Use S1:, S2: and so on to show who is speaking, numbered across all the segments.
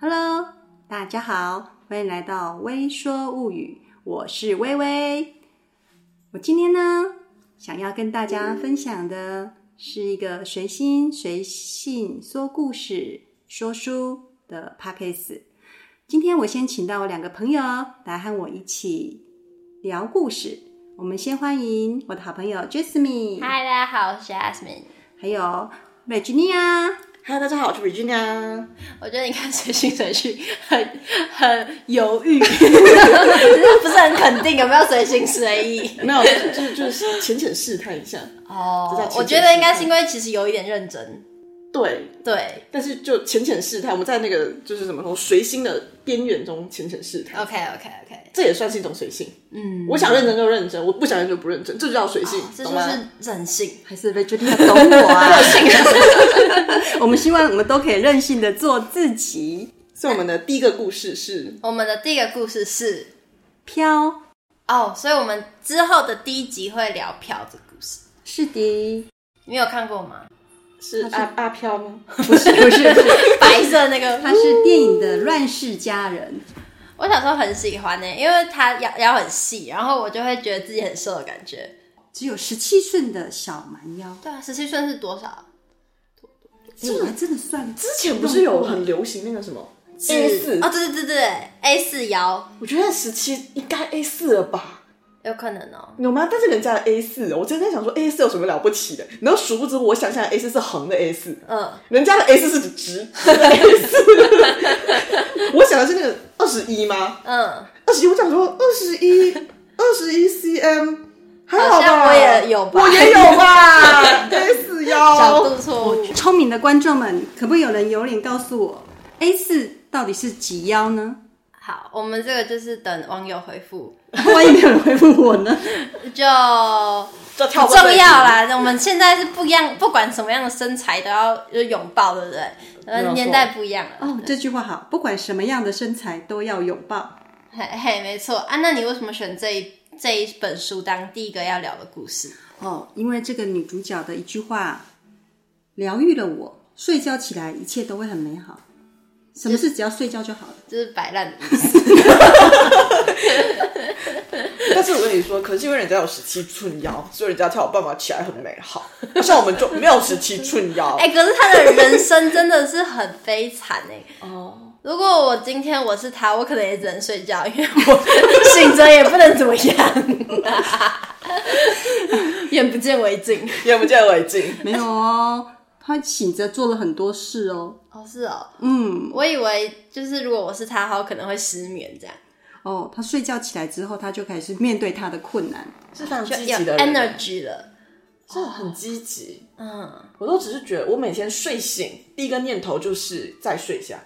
S1: Hello，大家好，欢迎来到《微说物语》，我是微微。我今天呢，想要跟大家分享的是一个随心随性说故事、说书的 p a c k a g e 今天我先请到我两个朋友来和我一起聊故事。我们先欢迎我的好朋友 Jasmine，
S2: 嗨，大家好，我是 Asmin。
S1: 还有 Virginia。
S3: 嗨，大家好，我是 Virginia。
S2: 我觉得你看随心随去，很很犹豫， 就是不是很肯定有没有随心随意。
S3: 没有，就是就是浅浅试探一下。
S2: 哦
S3: 这叫
S2: 我觉得应该是因为其实有一点认真，
S3: 对，
S2: 对
S3: 但是就浅浅试探，我们在那个就是怎么说随心的边缘中浅浅试探，
S2: ，OK OK OK，
S3: 这也算是一种随性。
S2: 嗯，
S3: 我想认真就认真，我不想认真就不认真，这嗯就叫随性，
S2: 这
S3: 懂
S2: 就
S3: 吗？
S2: 是任性。
S1: 还是被决定要懂我啊！ 我们希望我们都可以任性的做自己。
S3: 所以我们的第一个故事是
S2: 我们的第一个故事是
S1: 飘
S2: 哦，所以我们之后的第一集会聊票这个故事，
S1: 是的，
S2: 你有看过吗？
S3: 是啊
S1: 它是
S3: 阿阿飘吗？
S1: 不是不是不是，
S2: 白色那个，
S1: 他是电影的《乱世佳人
S2: 我小时候很喜欢呢、欸因为它腰腰很细，然后我就会觉得自己很瘦的感觉。》，
S1: 只有十七寸的小蛮腰，
S2: 对啊，十七寸是多少？
S1: 哎，我还真的算
S3: 之前不是有很流行那个什 么 A 四
S2: 哦，？对对对对，A 四腰
S3: 我觉得十七应该 A 四了吧？
S2: 有可能哦。
S3: 有吗？但是人家的 A 四，我真的在想说 A 四有什么了不起的？然后殊不知我想象的 A 四是横的 A 四，
S2: 嗯，
S3: 人家的 S 是指直 S，我想的是那个二十一吗？
S2: 嗯，
S3: 二十一，我想说二十一，二十一 cm，还好
S2: 好像
S3: 吧？
S2: 我也有吧
S3: 我也有 吧？S
S2: 角
S3: 幺
S2: 度错误。
S1: 聪明的观众们，可不可以有人有脸告诉我，A 四到底是几腰呢？
S2: 好，我们这个就是等网友回复，
S1: 万一没有人回复我呢？
S2: 就不
S3: 就跳过这
S2: 重
S3: 一
S2: 要
S3: 题。
S2: 啦。我们现在是不一样，不管什么样的身材都要就拥抱，对不对？
S3: 没有
S2: 呃，
S3: 错
S2: 年代不一样了。
S1: 哦，这句话好，不管什么样的身材都要拥抱。
S2: 嘿嘿，没错啊。那你为什么选这一这一本书当第一个要聊的故事？
S1: 哦，因为这个女主角的一句话疗愈了我，睡觉起来一切都会很美好。什么事只要睡觉就好了？
S2: 就是摆烂的意思。
S3: 但是我跟你说，可是因为人家有十七寸腰，所以人家跳舞办法起来很美好。像我们就没有十七寸腰
S2: 哎、。可是他的人生真的是很悲惨哎、
S3: 哦，
S2: 如果我今天我是他，我可能也只能睡觉，因为我醒着也不能怎么样，啊眼不见为净。
S3: 眼不见为净。
S1: 没有哦，她醒着做了很多事哦。
S2: 哦，是哦，
S1: 嗯，
S2: 我以为就是如果我是他的话，我可能会失眠这样，
S1: 哦，她睡觉起来之后，她就开始面对她的困难。
S3: 是非常
S2: 就
S3: 积
S2: 有
S3: 极的人，啊
S2: energy 了。
S3: 真的很积极。
S2: 嗯，
S3: 我都只是觉得，我每天睡醒第一个念头就是再睡一下。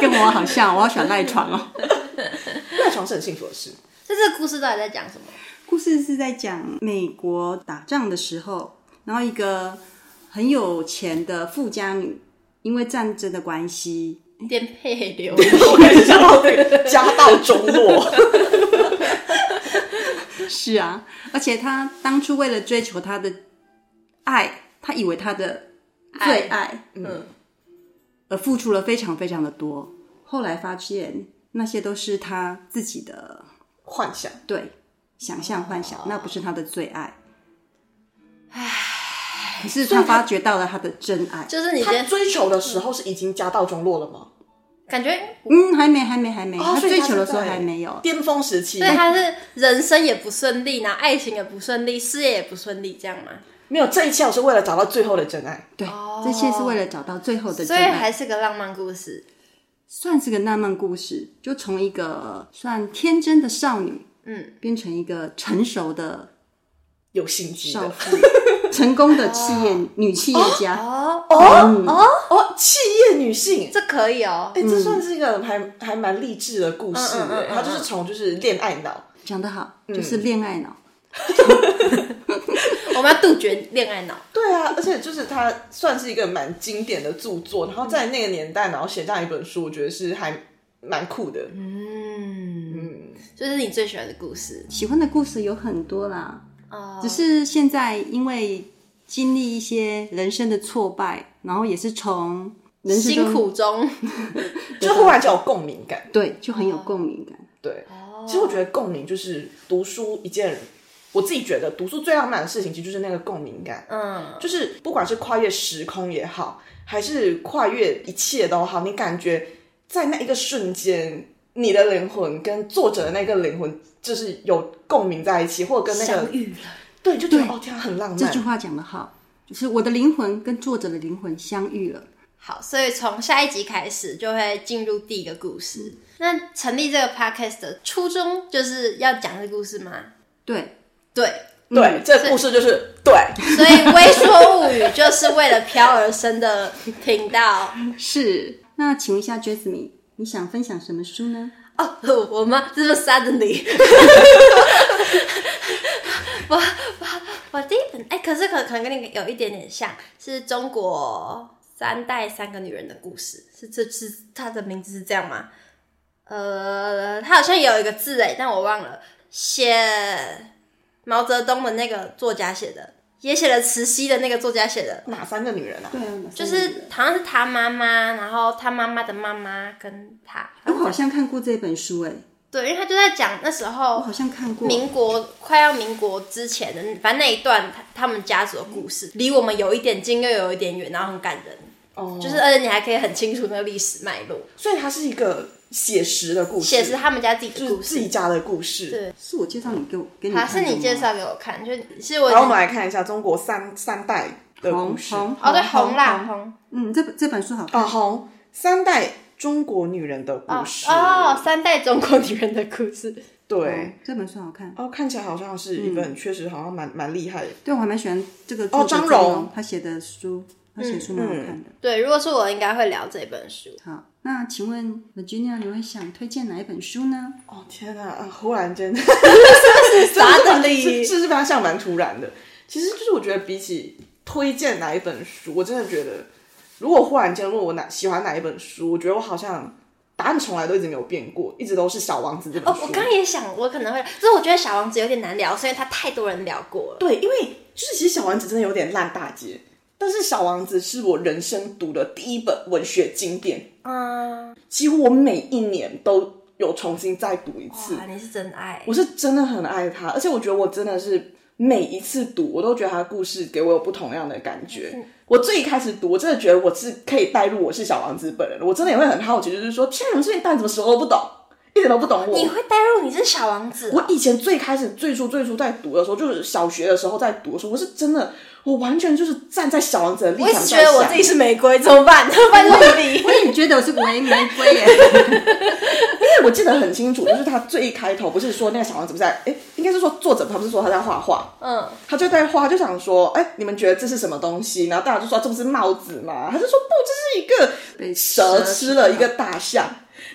S1: 跟我好像，我好喜欢赖床哦。
S3: 赖床是很幸福的 事。
S2: 这这个故事到底在讲什么？
S1: 故事是在讲美国打仗的时候，然后一个很有钱的富家女，因为战争的关系，
S2: 颠沛流
S3: 我
S2: 离，
S3: 也是想到这个 家道中落，
S1: 是啊，而且他当初为了追求他的爱，他以为他的最爱，
S2: 嗯，
S1: 而付出了非常非常的多。后来发现那些都是他自己的
S3: 幻想。
S1: 对想象幻想，那不是他的最爱。唉，可是他发掘到了他的真爱。
S2: 就是你今
S3: 他
S2: 天
S3: 追求的时候是已经家道中落了吗？
S2: 感觉，
S1: 嗯，还没，还没，还没。
S3: 哦
S1: 他
S3: 所以
S1: 追
S3: 他
S1: 求的
S3: 是
S1: 时候
S3: 在
S1: 还没有。
S3: 巅峰时期
S2: 所以他是人生也不顺利，然后爱情也不顺利，事业也不顺利，这样吗？
S3: 没有这一切，我是为了找到最后的真爱。
S1: 对
S2: 哦，
S1: 这些是为了找到最后的
S2: 所
S1: 真
S2: 以
S1: 爱。
S2: 还是个浪漫故事。
S1: 算是个浪漫故事，就从一个算天真的少女，
S2: 嗯，
S1: 变成一个成熟的
S3: 有心机
S1: 少
S3: 的
S1: 妇，成功的企业女企业家。
S2: 哦，
S3: 哦，企业女
S1: 嗯
S3: 性，
S2: 这可以哦。
S3: 哎，这算是一个还还蛮励志的故事
S2: 嗯嗯嗯
S3: 哎。
S2: 嗯
S3: 他就是从就是恋爱脑，
S1: 讲得好，就是恋爱脑。
S2: 我们要杜绝恋爱脑。
S3: 对啊，而且就是他算是一个蛮经典的著作，然后在那个年代，然后写这样一本书，我觉得是还蛮酷的。
S2: 嗯，就是你最喜欢的故事
S1: 喜欢的故事有很多啦，
S2: 哦。
S1: 只是现在因为经历一些人生的挫败，然后也是从人生中
S2: 辛苦中，
S3: 就忽然就有共鸣感。
S1: 对，就很有
S2: 哦
S1: 共鸣感。
S3: 对，其实我觉得共鸣就是读书一件，我自己觉得读书最浪漫的事情，其实就是那个共鸣感。
S2: 嗯，
S3: 就是不管是跨越时空也好，还是跨越一切都好，你感觉在那一个瞬间，你的灵魂跟作者的那个灵魂就是有共鸣在一起，或者跟那个
S2: 相遇了，
S3: 对，就觉得哦，天啊，很浪
S1: 这句
S3: 漫。
S1: 话讲得好，就是我的灵魂跟作者的灵魂相遇了。
S2: 好，所以从下一集开始就会进入第一个故事。那成立这个 podcast 的初衷就是要讲这个故事吗？
S1: 对，
S2: 对，
S3: 对，这故事就是对，
S2: 所以微说物语就是为了飘而生的频道。
S1: 是。那请问一下 Jasmine，你想分享什么书呢？
S2: 哦，我妈这是 suddenly，我我我第一本哎、可是可可能跟你有一点点像，是中国三代三个女人的故事，是这是它的名字是这样吗？呃，它好像也有一个字哎，但我忘了，写毛泽东的那个作家写的，也写了慈禧的那个作家写的，
S3: 哪三个女人啊？
S2: 嗯
S1: 对啊，
S2: 就是好像是他妈妈，然后他妈妈的妈妈跟他，
S1: 哎，我好像看过这本书，哎，
S2: 对，因为他就在讲那时候
S1: 我好像看过。
S2: 民国快要民国之前的，反正那一段他他们家族的故事，离我们有一点近又有一点远，然后很感人。
S3: 哦，
S2: 就是而且你还可以很清楚那个历史脉络，
S3: 所以它是一个写实的故事，
S2: 写实他们家自己
S3: 就
S2: 的
S3: 是
S2: 故
S3: 自
S2: 事。
S3: 己家的故事。
S2: 对
S1: 是我介绍你给我给你
S2: 好，
S1: 看，
S2: 是你介。绍给我看，就是我
S3: 然后我们来看一下中国三三代的
S1: 红
S3: 故事。
S1: 红
S2: 哦对红啦
S1: 红
S2: 红
S1: 嗯，这本这本书好看
S3: 啊，红三代中国女人的故
S2: 哦
S3: 事。
S2: 哦三代中国女人的故事，
S3: 对，，
S1: 这本书好看。
S3: 哦，看起来好像是一
S2: 嗯
S3: 本，确实好像蛮蛮厉害的。
S1: 对，我还蛮喜欢这个作者
S3: 张
S1: 张
S3: 荣
S1: 荣他写的书，他写书蛮好看的。
S2: 对，如果是我应该会聊这本书。
S1: 好，那请问 Virginia，你会想推荐哪一本书呢？
S3: 哦天哪，啊，忽 然间，
S2: 啥的
S3: 这
S2: 哩？
S3: 这是发像蛮突然的。其实就是我觉得比起推荐哪一本书，我真的觉得，如果忽然间问我哪喜欢哪一本书，我觉得我好像答案从来都一直没有变过，一直都是《小王子》这本
S2: 哦
S3: 书。，
S2: 我刚刚也想，我可能会，只是我觉得小王子有点难聊，是因为他太多人聊过了。
S3: 对，因为就是其实小王子真的有点烂大街，但是小王子是我人生读的第一本文学经典，
S2: 嗯，
S3: 几乎我每一年都有重新再读一次。
S2: 哇，你是真爱。
S3: 我是真的很爱他，而且我觉得我真的是每一次读，我都觉得他的故事给我有不同样的感觉。
S2: 嗯
S3: 我最一开始读，我真的觉得我是可以带入我是小王子本人的，我真的也会很好奇，就是说，天啊，这些到底怎么什么都不懂，一点都不懂我。
S2: 你会带入你是小王子、啊
S3: 我以前最开始最初最初在读的时候，就是小学的时候在读的时候，我是真的，我完全就是站在小王子的立
S2: 我
S3: 场
S2: 一
S3: 在
S2: 直
S3: 想。
S2: 觉得我自己是玫瑰，怎么 办？拜托你。
S1: 我也觉得我是唯玫瑰耶。
S3: 我记得很清楚，就是他最一开头不是说那个小王子不是在，哎，应该是说作者他不是说他在画画，
S2: 嗯，
S3: 他就在画，他就想说，哎，你们觉得这是什么东西？然后大家就说这不是帽子吗？他就说不，这是一
S1: 被
S3: 个
S1: 蛇
S3: 蛇吃了一个大象。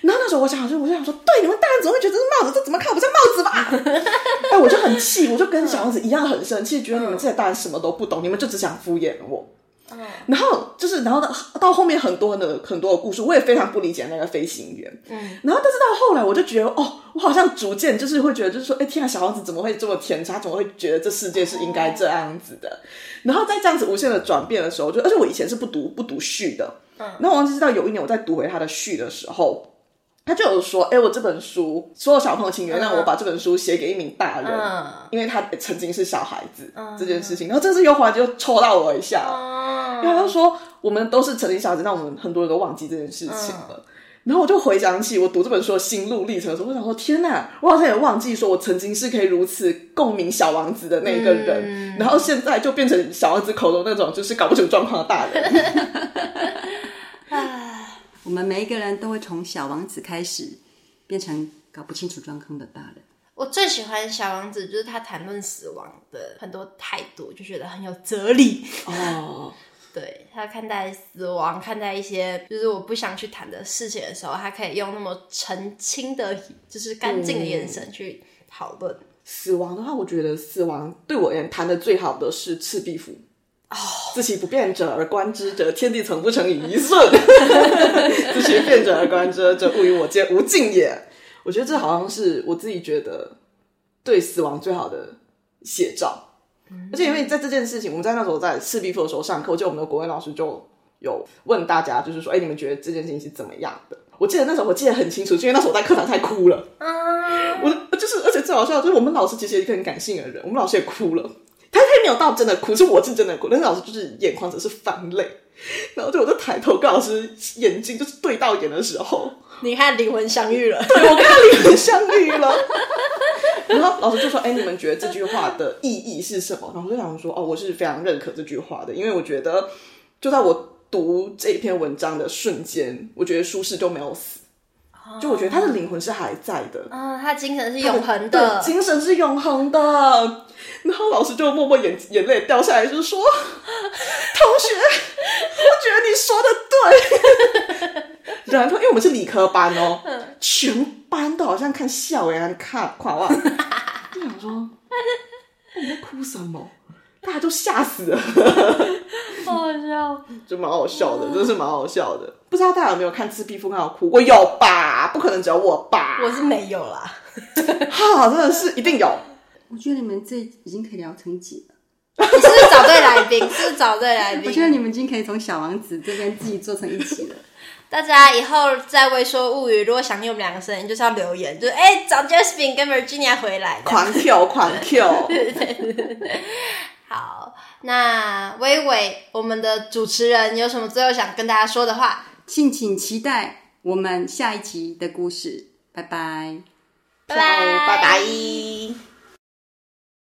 S3: 然后那时候我想，就我就想说，对，你们大人怎么会觉得这是帽子？这怎么看不像帽子吧？ 哎，我就很气，我就跟小王子一样很生气，觉得你们这些大人什么都不懂，你们就只想敷衍我。然后就是，然后到到后面很多的很多的故事，我也非常不理解那个飞行员。嗯，然后但是到后来，我就觉得哦，我好像逐渐就是会觉得，就是说，哎，天啊，小王子怎么会这么天真？他怎么会觉得这世界是应该这样子的？然后在这样子无限的转变的时候，就而且我以前是不读不读序的。嗯，然后我忘记知道有一年我在读回他的序的时候，他就有说：“哎、我这本书，所有小朋友请原谅我把这本书写给一名大人，
S2: 嗯
S3: 因为他曾经是小孩子、这件事情。”然后这次又忽然就戳到我一下，因为他就说：“我们都是曾经小孩子，那我们很多人都忘记这件事情了。然后我就回想起我读这本书的心路历程的时候，我想说：“天哪，我好像也忘记说我曾经是可以如此共鸣小王子的那个人，然后现在就变成小王子口中那种就是搞不清楚状况的大人。”
S1: 我们每一个人都会从小王子开始，变成搞不清楚状况的大人。
S2: 我最喜欢小王子，就是他谈论死亡的很多态度，就觉得很有哲理。
S3: 哦，
S2: 对他看待死亡，看待一些就是我不想去谈的事情的时候，他可以用那么澄清的，就是干净的眼神去讨论。
S3: 死亡的话，我觉得死亡对我而言谈的最好的是赤壁赋。 自其不变者而观之者，天地曾不成以一瞬； 自其变者而观之者，者物与我皆无尽也。我觉得这好像是我自己觉得对死亡最好的写照。而且因为在这件事情，我们在那时候在赤壁赋的时候上课，我记得我们的国文老师就有问大家，就是说，哎、你们觉得这件事情是怎么样的？我记得那时候我记得很清楚，是因为那时候我在课堂太哭了。
S2: 啊，
S3: 我就是，而且最好笑的就是我们老师其实也是一个很感性的人，我们老师也哭了，他他也没有到真的哭，是我是真的哭，但是老师就是眼眶只是泛泪。然后就我就抬头跟老师眼睛就是对到眼的时候，
S2: 你看灵魂相遇了，
S3: 对我跟他灵魂相遇了。然后老师就说：“哎、你们觉得这句话的意义是什么？”然后我就想说：“哦，我是非常认可这句话的，因为我觉得就在我读这一篇文章的瞬间，我觉得舒适就没有死，就我觉得他的灵魂是还在的。
S2: 啊，他精神是永恒
S3: 对，
S2: 的，
S3: 精神是永恒的。然后老师就默默眼眼泪掉下来，就 是说：“同学，我觉得你说 的对。”然后，因为我们是理科班哦，
S2: 嗯
S3: 全班都好像看笑哎，看垮 哇，就想说你在哭什么？大家都吓死了，
S2: 好好笑。
S3: 就蛮好笑
S2: 嗯
S3: 的，真是蛮好笑的。不知道大家有没有看《自闭风》看到哭？我有吧，不可能只有我吧？
S2: 我是没有啦，
S3: 哈，真的是一定有。
S1: 我觉得你们这已经可以聊成一集了。
S2: 你是不是找对来宾？是不是找对来
S1: 我觉得
S2: 宾？
S1: 你们已经可以从小王子这边自己做成一集了。
S2: 大家以后在《微说物语》，如果想念我们两个声音，就是要留言，就是哎、找 Jasmine 跟 Virginia 回来。这样
S3: 狂跳狂跳，
S2: 好，那微微，我们的主持人有什么最后想跟大家说的话？
S1: 敬请期待我们下一集的故事，拜拜。
S2: 拜
S3: 拜
S2: 拜
S3: 拜。